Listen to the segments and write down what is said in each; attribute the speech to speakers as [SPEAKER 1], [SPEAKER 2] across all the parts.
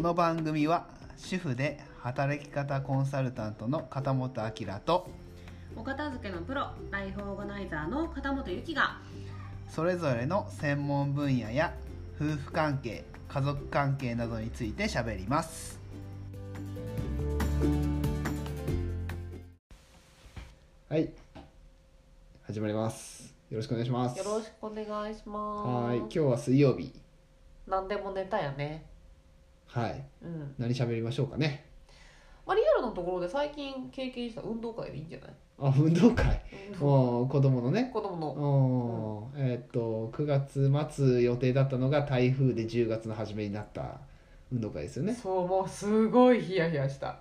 [SPEAKER 1] の番組は主婦で働き方コンサルタントの片本明と
[SPEAKER 2] お片付けのプロライフオーガナイザーの片本由紀が
[SPEAKER 1] それぞれの専門分野や夫婦関係家族関係などについてしゃべります
[SPEAKER 3] はい始まりますよろしくお願いします
[SPEAKER 4] よろしくお願いします。
[SPEAKER 3] はい今日は水曜日
[SPEAKER 4] 何でもネタやね。
[SPEAKER 3] はい
[SPEAKER 4] うん。
[SPEAKER 3] 何喋りましょうかね
[SPEAKER 4] まあ、リアルなところで最近経験した運動会でいいんじゃない
[SPEAKER 3] あ運動会
[SPEAKER 4] うん
[SPEAKER 3] おー子供のね
[SPEAKER 4] 子供の。
[SPEAKER 3] おーえーっと9月末予定だったのが台風で10月の初めになった運動会ですよね
[SPEAKER 4] そう、もうすごいヒヤヒヤした。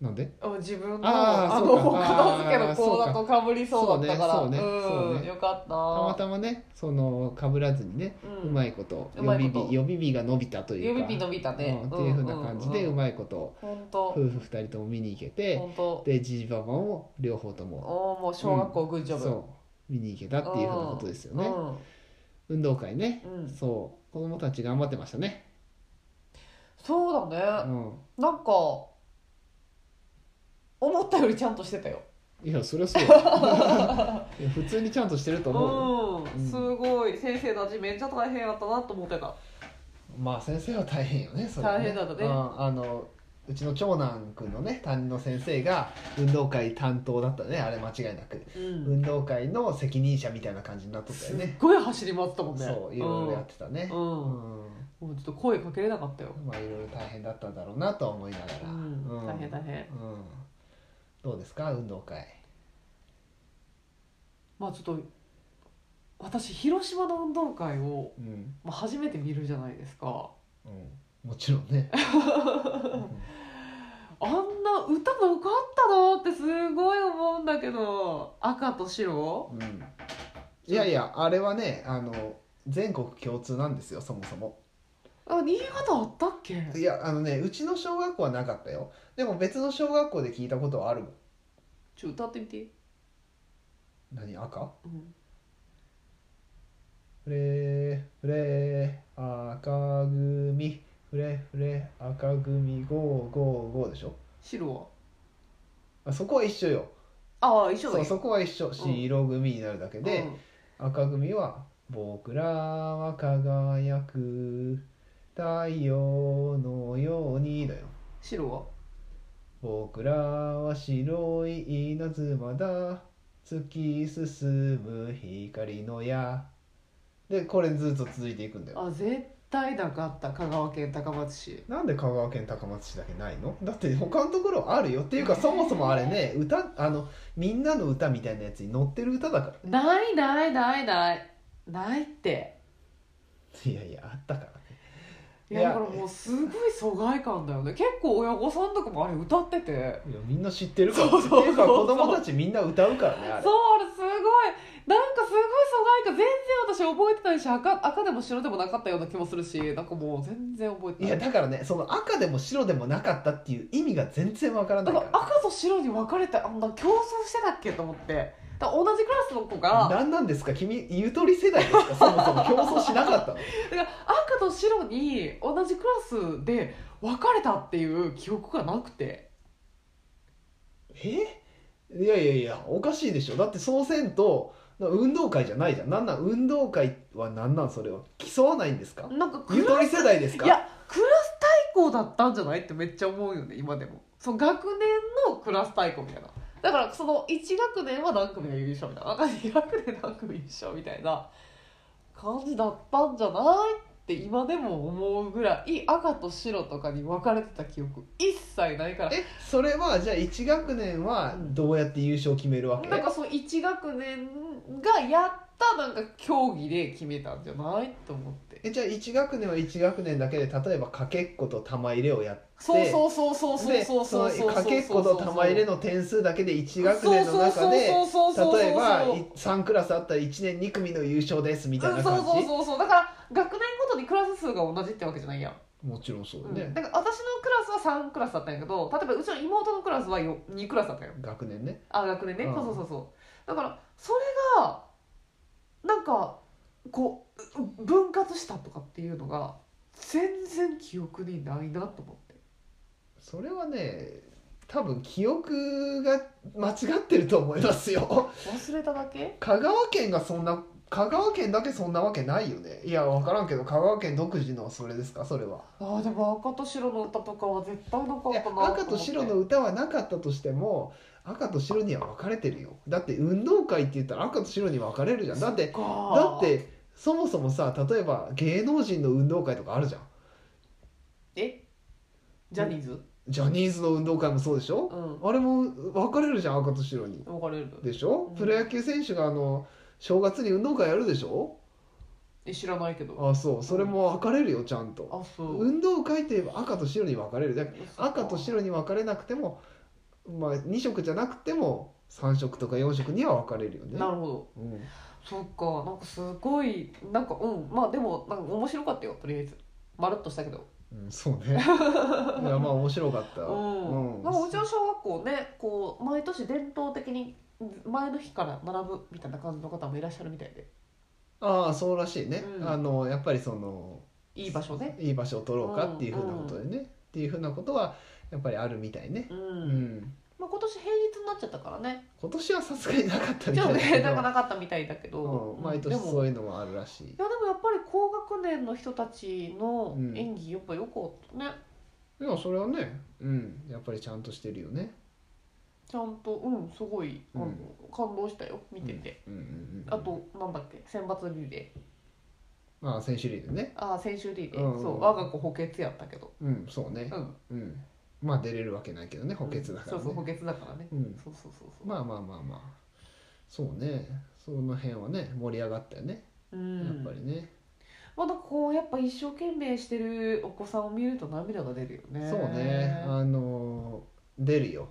[SPEAKER 3] なんで
[SPEAKER 4] あ自分の
[SPEAKER 3] あー
[SPEAKER 4] あの
[SPEAKER 3] そう
[SPEAKER 4] お
[SPEAKER 3] か
[SPEAKER 4] 片付け
[SPEAKER 3] あー
[SPEAKER 4] の講座とかぶりそうだったから。
[SPEAKER 3] そうねそうねそう
[SPEAKER 4] うん。
[SPEAKER 3] ね
[SPEAKER 4] よかった。
[SPEAKER 3] たまたまねその被らずにね
[SPEAKER 4] う
[SPEAKER 3] うんまいこと
[SPEAKER 4] う
[SPEAKER 3] 予
[SPEAKER 4] ま
[SPEAKER 3] 備
[SPEAKER 4] いこと
[SPEAKER 3] 日予備日が伸びたというか
[SPEAKER 4] 予備日伸びたね
[SPEAKER 3] うんっていうふうな感じで
[SPEAKER 4] うんうん
[SPEAKER 3] う
[SPEAKER 4] うん
[SPEAKER 3] まいこと
[SPEAKER 4] ほん
[SPEAKER 3] 夫
[SPEAKER 4] と。
[SPEAKER 3] 婦2人とも見に行けて
[SPEAKER 4] ほんと。
[SPEAKER 3] でじじばばも両方とも
[SPEAKER 4] おーもう小学校グッジョブ。
[SPEAKER 3] そう見に行けたっていうふうなことですよね、
[SPEAKER 4] うん
[SPEAKER 3] 運動会ね、
[SPEAKER 4] うん
[SPEAKER 3] そう子供たち頑張ってましたね、
[SPEAKER 4] そう
[SPEAKER 3] う
[SPEAKER 4] だね。
[SPEAKER 3] ん、
[SPEAKER 4] なんか、思ったよりちゃんとしてたよ。
[SPEAKER 3] いやそりゃ そうだいや普通にちゃんとしてると思うよ、
[SPEAKER 4] う
[SPEAKER 3] うん
[SPEAKER 4] ん、すごい先生たちめっちゃ大変やったなと思ってた
[SPEAKER 3] まあ先生は大変よねそれは
[SPEAKER 4] 大変だったね
[SPEAKER 3] うんあのうちの長男くんのね担任の先生が運動会担当だったねあれ間違いなく、
[SPEAKER 4] うん
[SPEAKER 3] 運動会の責任者みたいな感じになっとった
[SPEAKER 4] す
[SPEAKER 3] よ
[SPEAKER 4] っ
[SPEAKER 3] ね
[SPEAKER 4] ごい走り回ってたもんね
[SPEAKER 3] そういろいろやってたね
[SPEAKER 4] うん
[SPEAKER 3] う
[SPEAKER 4] うんもうちょっと声かけれなかったよ
[SPEAKER 3] まあいろいろ大変だったんだろうなとは思いなが
[SPEAKER 4] う
[SPEAKER 3] ら、
[SPEAKER 4] ん
[SPEAKER 3] うん
[SPEAKER 4] 大変大
[SPEAKER 3] う
[SPEAKER 4] 変
[SPEAKER 3] ん、どうですか運動会
[SPEAKER 4] まあちょっと私広島の運動会を
[SPEAKER 3] うん、
[SPEAKER 4] まあ初めて見るじゃないですか
[SPEAKER 3] うん、もちろん ね、
[SPEAKER 4] あんな歌のよかったなってすごい思うんだけど赤と白
[SPEAKER 3] うん、いやいやあれはねあの全国共通なんですよそもそも
[SPEAKER 4] あ新潟あったっけ
[SPEAKER 3] いやあのねうちの小学校はなかったよでも別の小学校で聞いたことはあるもん
[SPEAKER 4] ちょ歌ってみて、
[SPEAKER 3] 何赤
[SPEAKER 4] うん、
[SPEAKER 3] ふれふれ赤組ふれふれ赤組ゴーゴーゴーでしょ
[SPEAKER 4] 白は
[SPEAKER 3] あそこは一緒よ
[SPEAKER 4] ああ一緒だ
[SPEAKER 3] そう
[SPEAKER 4] よ
[SPEAKER 3] そこは一緒白組になるだけで、赤組は「僕らは輝く太陽のように」だよ
[SPEAKER 4] 白は
[SPEAKER 3] 「僕らは白い稲妻だ突き進む光の矢」でこれずっと続いていくんだよ
[SPEAKER 4] あ絶対なかった香川県高松市
[SPEAKER 3] なんで香川県高松市だけないのだって他のところあるよっていうかそもそもあれね歌あのみんなの歌みたいなやつに載ってる歌だか
[SPEAKER 4] ないないないないないって
[SPEAKER 3] らいやいやあったからね
[SPEAKER 4] いや
[SPEAKER 3] いや
[SPEAKER 4] だからもうすごい疎外感だよね結構親御さんとかもあれ歌ってて
[SPEAKER 3] いやみんな知ってるから
[SPEAKER 4] そうそうそう
[SPEAKER 3] っていうか子供たちみんな歌うからねあれ
[SPEAKER 4] そうあれすごいなんかすごい疎外感全然私覚えてないし赤赤でも白でもなかったような気もするしなんかもう全然覚えて
[SPEAKER 3] い
[SPEAKER 4] な
[SPEAKER 3] や
[SPEAKER 4] い
[SPEAKER 3] だからねその赤でも白でもなかったっていう意味が全然わからな
[SPEAKER 4] だ
[SPEAKER 3] い
[SPEAKER 4] か
[SPEAKER 3] から
[SPEAKER 4] 赤と白に分かれてあんな競争してたっけと思ってだから同じクラスの子
[SPEAKER 3] ら
[SPEAKER 4] が
[SPEAKER 3] 何なんですか君ゆとり世代ですかそもそも競争しなかったの
[SPEAKER 4] だから赤と白に同じクラスで分かれたっていう記憶がなくて
[SPEAKER 3] えいやいやいやおかしいでしょだってそうせんとな運動会じゃないじゃんなんなん運動会は何なんそれは競わないんですか
[SPEAKER 4] なんかク
[SPEAKER 3] ゆ
[SPEAKER 4] ラ
[SPEAKER 3] とり世代ですか
[SPEAKER 4] いやクラス対抗だったんじゃないってめっちゃ思うよね今でもその学年のクラス対抗みたいなだからその1学年は何組が優勝みたいな2学年何組優勝みたいな感じだったんじゃないって今でも思うぐらい赤と白とかに分かれてた記憶一切ないから
[SPEAKER 3] えそれはじゃあ1学年はどうやって優勝決めるわけ、
[SPEAKER 4] なんかその1学年がやったなんか競技で決めたんじゃないと思って
[SPEAKER 3] えじゃあ1学年は1学年だけで例えばかけっこと玉入れをやって
[SPEAKER 4] そうそうそうそうそう
[SPEAKER 3] で
[SPEAKER 4] そうそうそう
[SPEAKER 3] そのかけっこと玉入れの点数だけで1学年の中で
[SPEAKER 4] そうそうそうそうそう
[SPEAKER 3] 例えば3クラスあったら1年2組の優勝ですみたいな感じ、
[SPEAKER 4] うんそうそうそうそうだから学年ごとにクラス数が同じってわけじゃないやん、
[SPEAKER 3] もちろんそう
[SPEAKER 4] う
[SPEAKER 3] だ
[SPEAKER 4] ん
[SPEAKER 3] ね、
[SPEAKER 4] だから私のクラスは3クラスだったんやけど例えばうちの妹のクラスはよ2クラスだったよ
[SPEAKER 3] 学年ね
[SPEAKER 4] あ学年ね、
[SPEAKER 3] うん
[SPEAKER 4] そうそうそうそうだからそれがなんかこうう分割したとかっていうのが全然記憶にないなと思って
[SPEAKER 3] それはね多分記憶が間違ってると思いますよ
[SPEAKER 4] 忘れただけ
[SPEAKER 3] 香川県がそんな香川県だけそんなわけないよねいや分からんけど香川県独自のそれですかそれは
[SPEAKER 4] ああでも赤と白の歌とかは絶対なか
[SPEAKER 3] い
[SPEAKER 4] った
[SPEAKER 3] や
[SPEAKER 4] なと思って
[SPEAKER 3] 赤と白の歌はなかったとしても赤と白には分かれてるよだって運動会って言ったら赤と白に分かれるじゃんだってだ
[SPEAKER 4] だ
[SPEAKER 3] ってそもそもさ例えば芸能人の運動会とかあるじゃん
[SPEAKER 4] えジャニーズ
[SPEAKER 3] ジャニーズの運動会もそうでしょ
[SPEAKER 4] うん
[SPEAKER 3] あれも分かれるじゃん赤と白に
[SPEAKER 4] 分かれる
[SPEAKER 3] でしょ
[SPEAKER 4] うん
[SPEAKER 3] プロ野球選手があの正月に運動会やるでしょ
[SPEAKER 4] え知らないけど
[SPEAKER 3] あそうそれも分かれるよちゃんと
[SPEAKER 4] あそう
[SPEAKER 3] 運動会といえば赤と白に分かれるだから赤と白に分かれなくてもまあ2色じゃなくても3色とか4色には分かれるよね
[SPEAKER 4] なるほど
[SPEAKER 3] うん
[SPEAKER 4] そっかなんかすごいなんかうんまあでもなんか面白かったよとりあえずまるっとしたけど
[SPEAKER 3] うん、そう ねいやまあ面白かった
[SPEAKER 4] うん、
[SPEAKER 3] うん
[SPEAKER 4] なんかうちの小学校ねこう毎年伝統的に前の日から学ぶみたいな感じの方もいらっしゃるみたいで
[SPEAKER 3] ああそうらしいね、
[SPEAKER 4] うん
[SPEAKER 3] あのやっぱりその
[SPEAKER 4] いい場所ね
[SPEAKER 3] いい場所を取ろうかっていうふうなことでね、っていうふうなことはやっぱりあるみたいね
[SPEAKER 4] う、
[SPEAKER 3] うんん、
[SPEAKER 4] まあ、今年平日になっちゃったからね
[SPEAKER 3] 今年はさすがになかったみ
[SPEAKER 4] ちょ
[SPEAKER 3] たいだ
[SPEAKER 4] っとね
[SPEAKER 3] け
[SPEAKER 4] なんか
[SPEAKER 3] ど、
[SPEAKER 4] なかったみたいだけど、
[SPEAKER 3] うん、毎
[SPEAKER 4] で
[SPEAKER 3] 年
[SPEAKER 4] も
[SPEAKER 3] そういうのもあるらしい
[SPEAKER 4] いやでもやっぱり高学年の人たちの演技やっぱよかったね、
[SPEAKER 3] でもそれはねうんやっぱりちゃんとしてるよね
[SPEAKER 4] ちゃんとうんすごいあの、
[SPEAKER 3] うん
[SPEAKER 4] 感動したよ見てて、
[SPEAKER 3] うんうんうんうん
[SPEAKER 4] あとなんだっけ選抜リレー
[SPEAKER 3] まあ選手リーグね
[SPEAKER 4] ああ選手リレー、
[SPEAKER 3] うんうん
[SPEAKER 4] そう我が子補欠やったけど
[SPEAKER 3] うんそうね
[SPEAKER 4] うん
[SPEAKER 3] うんまあ出れるわけないけどね補欠だから
[SPEAKER 4] そうそう補
[SPEAKER 3] ね
[SPEAKER 4] 欠だからね、
[SPEAKER 3] うん
[SPEAKER 4] そうそうそうそう
[SPEAKER 3] まあまあまあまあそうねその辺はね盛り上がったよね
[SPEAKER 4] う
[SPEAKER 3] や
[SPEAKER 4] ん
[SPEAKER 3] っぱりね
[SPEAKER 4] まだこうやっぱ一生懸命してるお子さんを見ると涙が出るよね
[SPEAKER 3] そうねあのー出るよ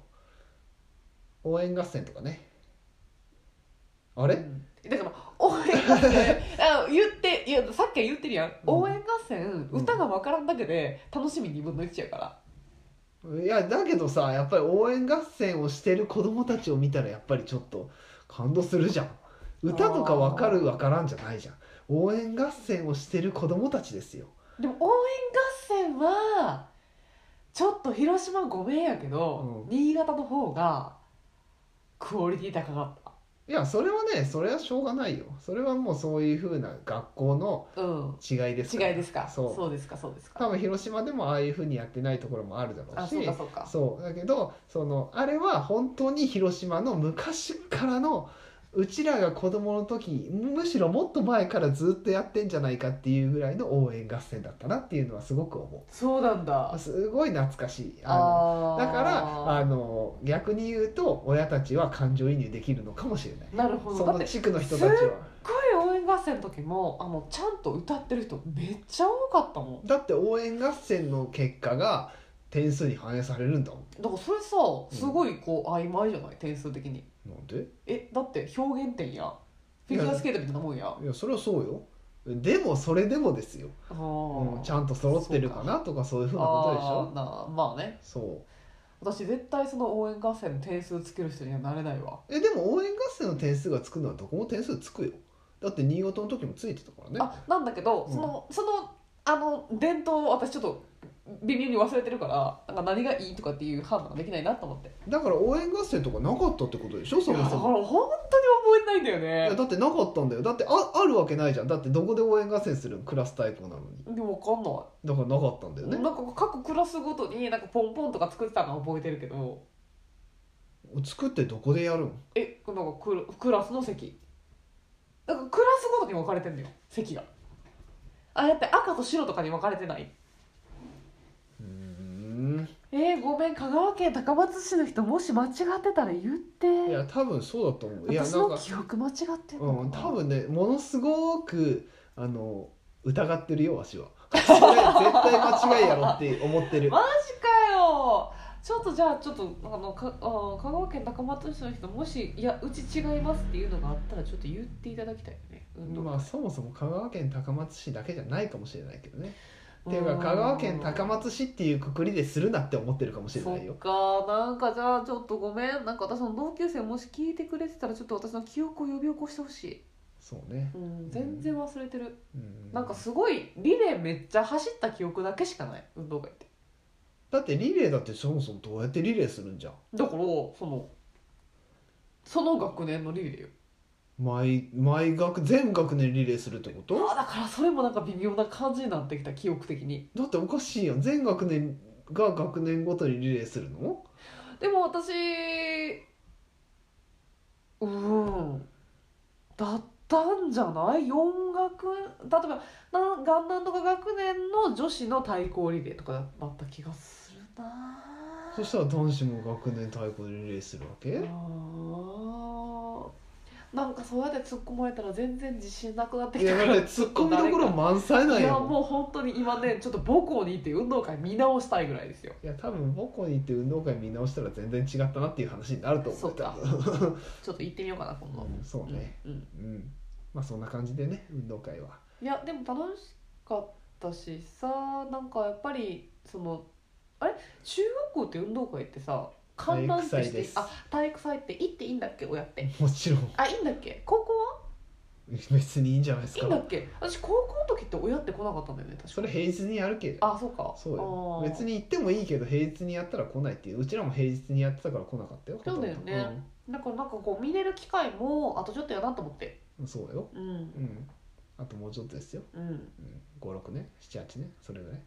[SPEAKER 3] 応援合戦とかねあ
[SPEAKER 4] あ
[SPEAKER 3] れ
[SPEAKER 4] だから応援合戦あ言っていやさっきは言ってるやん、応援合戦
[SPEAKER 3] うん
[SPEAKER 4] 歌が分からんだけで楽しみ2分の1やから
[SPEAKER 3] いやだけどさやっぱり応援合戦をしてる子供たちを見たらやっぱりちょっと感動するじゃん歌とかわか
[SPEAKER 4] あ
[SPEAKER 3] る
[SPEAKER 4] ー
[SPEAKER 3] わからんじゃないじゃん応援合戦をしてる子供たちですよ
[SPEAKER 4] でも応援合戦はちょっと広島ごめんやけど、
[SPEAKER 3] うん
[SPEAKER 4] 新潟の方がクオリティ高かっ
[SPEAKER 3] いやそれはねそれはしょうがないよそれはもうそういうふうな学校の
[SPEAKER 4] たうん
[SPEAKER 3] 違いですから
[SPEAKER 4] 違いですか
[SPEAKER 3] そう
[SPEAKER 4] ですかそうですか
[SPEAKER 3] 多分広島でもああいうふうにやってないところもあるだろ
[SPEAKER 4] あ
[SPEAKER 3] う
[SPEAKER 4] そう
[SPEAKER 3] し
[SPEAKER 4] かそうか
[SPEAKER 3] そうだけどそのあれは本当に広島の昔からのうちらが子供の時むしろもっと前からずっとやってんじゃないかっていうぐらいの応援合戦だったなっていうのはすごく思
[SPEAKER 4] そうなんだ
[SPEAKER 3] うすごい懐かしいあ
[SPEAKER 4] あ
[SPEAKER 3] の
[SPEAKER 4] ー
[SPEAKER 3] だからあの逆に言うと親たちは感情移入できるのかもしれない
[SPEAKER 4] なるほど
[SPEAKER 3] そ
[SPEAKER 4] だっ
[SPEAKER 3] の
[SPEAKER 4] てすっ
[SPEAKER 3] 地区の人たちは
[SPEAKER 4] すごい応援合戦の時もあのちゃんと歌ってる人めっちゃ多かったもん
[SPEAKER 3] だって応援合戦の結果が点数に反映されるんだもん
[SPEAKER 4] だからそれさすごいこう曖昧じゃない点数的に
[SPEAKER 3] なんで
[SPEAKER 4] えだって表現点やフィギュアスケートみたいなもんや
[SPEAKER 3] いやそれはそうよでもそれでもですよ
[SPEAKER 4] あ
[SPEAKER 3] うん
[SPEAKER 4] ー
[SPEAKER 3] ちゃんと揃ってるかなとかそういうふうなことでし
[SPEAKER 4] あ
[SPEAKER 3] ょ
[SPEAKER 4] ーなまあね
[SPEAKER 3] そ
[SPEAKER 4] 私絶対その応援合戦の点数つける人にはなれないわ
[SPEAKER 3] うえでも応援合戦の点数がつくのはどこも点数つくよだって新潟の時もついてたからね
[SPEAKER 4] あなんだけど、
[SPEAKER 3] うん
[SPEAKER 4] そのそのあの伝統を私ちょっと微妙に忘れてるからなんか何がいいとかっていう判断ができないなと思って
[SPEAKER 3] だから応援合戦とかなかったってことでしょそ
[SPEAKER 4] い
[SPEAKER 3] も
[SPEAKER 4] やだか
[SPEAKER 3] そ
[SPEAKER 4] ら
[SPEAKER 3] も
[SPEAKER 4] 本当に覚えてないんだ
[SPEAKER 3] い
[SPEAKER 4] よ
[SPEAKER 3] や
[SPEAKER 4] ね
[SPEAKER 3] だってなかったんだよだってああるわけないじゃんだってどこで応援合戦するんクラス対抗なのに
[SPEAKER 4] でも分かんない
[SPEAKER 3] だからなかったんだよね
[SPEAKER 4] なんか各クラスごとになんかポンポンとか作ってたのは覚えてるけど
[SPEAKER 3] 作ってどこでやるん
[SPEAKER 4] えなんかクラクラスの席なんかクラスごとに分かれてんだよ席があやって赤と白とかに分かれてないう
[SPEAKER 3] ーん
[SPEAKER 4] えー、ごめん香川県高松市の人もし間違ってたら言って
[SPEAKER 3] いや多分そうだと思ういや
[SPEAKER 4] 私
[SPEAKER 3] なん
[SPEAKER 4] の
[SPEAKER 3] か
[SPEAKER 4] 記憶間違ってんのかな
[SPEAKER 3] うん、多分ねものすごくあの疑ってるよわし はそれ絶対間違いやろって思ってる
[SPEAKER 4] マジかよちょっとじゃあちょっとあのかあ香川県高松市の人もし「いやうち違います」っていうのがあったらちょっと言っていただきたいよね、うん
[SPEAKER 3] まあそもそも香川県高松市だけじゃないかもしれないけどねっていうか香川県高松市っていうくくりでするなって思ってるかもしれ
[SPEAKER 4] そ
[SPEAKER 3] ないよ
[SPEAKER 4] っかなんかじゃあちょっとごめんなんか私の同級生もし聞いてくれてたらちょっと私の記憶を呼び起こしてほしい
[SPEAKER 3] そうね、
[SPEAKER 4] うん、全然忘れてる
[SPEAKER 3] うん、
[SPEAKER 4] なんかすごいリレーめっちゃ走った記憶だけしかない運動会って
[SPEAKER 3] だってリレーだってそもそもどうやってリレーするんじゃん
[SPEAKER 4] だからそのその学年のリレーよ
[SPEAKER 3] 毎毎学全学年リレーするってこ
[SPEAKER 4] あ
[SPEAKER 3] と
[SPEAKER 4] ーだからそれもなんか微妙な感じになってきた記憶的に
[SPEAKER 3] だっておかしいやん全学年が学年ごとにリレーするの
[SPEAKER 4] でも私うーんだったんじゃない4学年例えばな元南とか学年の女子の対抗リレーとかだった気がするな
[SPEAKER 3] そしたら男子も学年対抗でリレーするわけ
[SPEAKER 4] あーなんかそうやって突っ込まれたら全然自信なくなって
[SPEAKER 3] い
[SPEAKER 4] きた
[SPEAKER 3] や だ
[SPEAKER 4] か
[SPEAKER 3] っ
[SPEAKER 4] ら
[SPEAKER 3] てツッコミどころ満載なん
[SPEAKER 4] い
[SPEAKER 3] や
[SPEAKER 4] や
[SPEAKER 3] もん
[SPEAKER 4] もう本当に今ねちょっと母校に行って運動会見直したいぐらいですよ
[SPEAKER 3] いや多分母校に行って運動会見直したら全然違ったなっていう話になると思う
[SPEAKER 4] そうか
[SPEAKER 3] 多分
[SPEAKER 4] ちょっと行ってみようかな今度、
[SPEAKER 3] うんそうね
[SPEAKER 4] うんうん
[SPEAKER 3] うんまあそんな感じでね運動会はい
[SPEAKER 4] やでも楽しかったしさなんかやっぱりそのあれ中学校って運動会ってさ観覧って
[SPEAKER 3] 体育
[SPEAKER 4] し
[SPEAKER 3] 祭で
[SPEAKER 4] て
[SPEAKER 3] す
[SPEAKER 4] あ体育祭って行っていいんだっけ親って
[SPEAKER 3] もちろん
[SPEAKER 4] あいいんだっけ高校は
[SPEAKER 3] 別にいいんじゃないです
[SPEAKER 4] いいんだ
[SPEAKER 3] か
[SPEAKER 4] っけ私高校の時って親って来なかったんだよね確か
[SPEAKER 3] それ平日にやるけど
[SPEAKER 4] あそうか
[SPEAKER 3] そうよ
[SPEAKER 4] あー
[SPEAKER 3] 別に行ってもいいけど平日にやったら来ないっていううちらも平日にやってたから来なかったよ
[SPEAKER 4] そうだよね
[SPEAKER 3] ほとんど
[SPEAKER 4] だからなんかこう見れる機会もあとちょっとやなと思って
[SPEAKER 3] うんそうよ
[SPEAKER 4] うん
[SPEAKER 3] うんあともうちょっとですよ、
[SPEAKER 4] うん
[SPEAKER 3] うん、56年78年それぐらい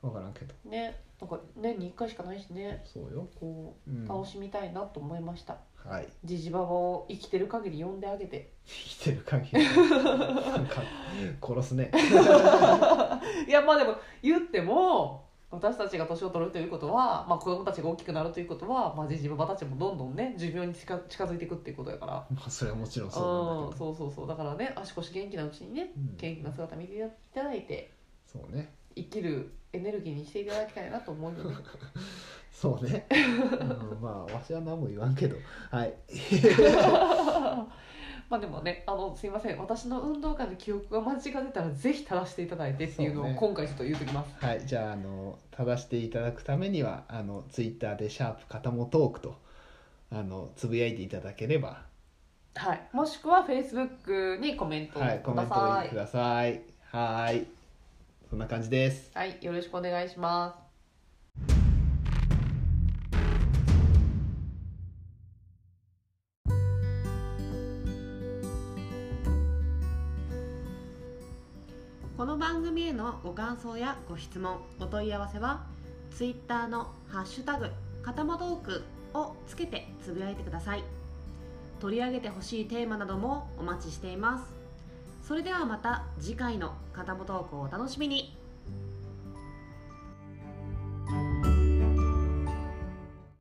[SPEAKER 3] 分からんけど
[SPEAKER 4] ねなんか年に1回しかないしね
[SPEAKER 3] そうよ、
[SPEAKER 4] こ
[SPEAKER 3] うん
[SPEAKER 4] う楽しみたいなと思いました
[SPEAKER 3] はい
[SPEAKER 4] ジジババを生きてる限り呼んであげて
[SPEAKER 3] 生きてる限りなんか殺すね
[SPEAKER 4] いやまあでも言っても私たちが年を取るということは、まあ、子供たちが大きくなるということは、まあ、じじばばたちもどんどんね寿命に近近づいていくっていうことやから
[SPEAKER 3] まあそれはもちろん
[SPEAKER 4] そう
[SPEAKER 3] そうなんだけど
[SPEAKER 4] そうそうそうだからね足腰元気なうちにね
[SPEAKER 3] うん
[SPEAKER 4] 元気な姿見ていただいて
[SPEAKER 3] そうね
[SPEAKER 4] 生きるエネルギーにしていただきたいなと思うよね
[SPEAKER 3] そうね、うんまあわしは何も言わんけどはい
[SPEAKER 4] まあでもねあのすいません私の運動会の記憶が間違ってたらぜひ垂らしていただいてっていうの
[SPEAKER 3] そう
[SPEAKER 4] を
[SPEAKER 3] ね
[SPEAKER 4] 今回ちょっと言うときます、
[SPEAKER 3] はいじゃああの正していただくためにはあのツイッターで「シャープかたもトークと」あのつぶやいていただければ
[SPEAKER 4] はい、もしくはフェイスブックにコメントをく
[SPEAKER 3] は
[SPEAKER 4] だ
[SPEAKER 3] いコメント
[SPEAKER 4] さ
[SPEAKER 3] く
[SPEAKER 4] い、
[SPEAKER 3] ださいはいそんな感じです
[SPEAKER 4] はい、よろしくお願いします
[SPEAKER 2] この番組へのご感想やご質問お問い合わせは Twitter の「ハッシュタグかたもトーク」をつけてつぶやいてください取り上げてほしいテーマなどもお待ちしていますそれではまた次回の「かたもトーク」をお楽しみに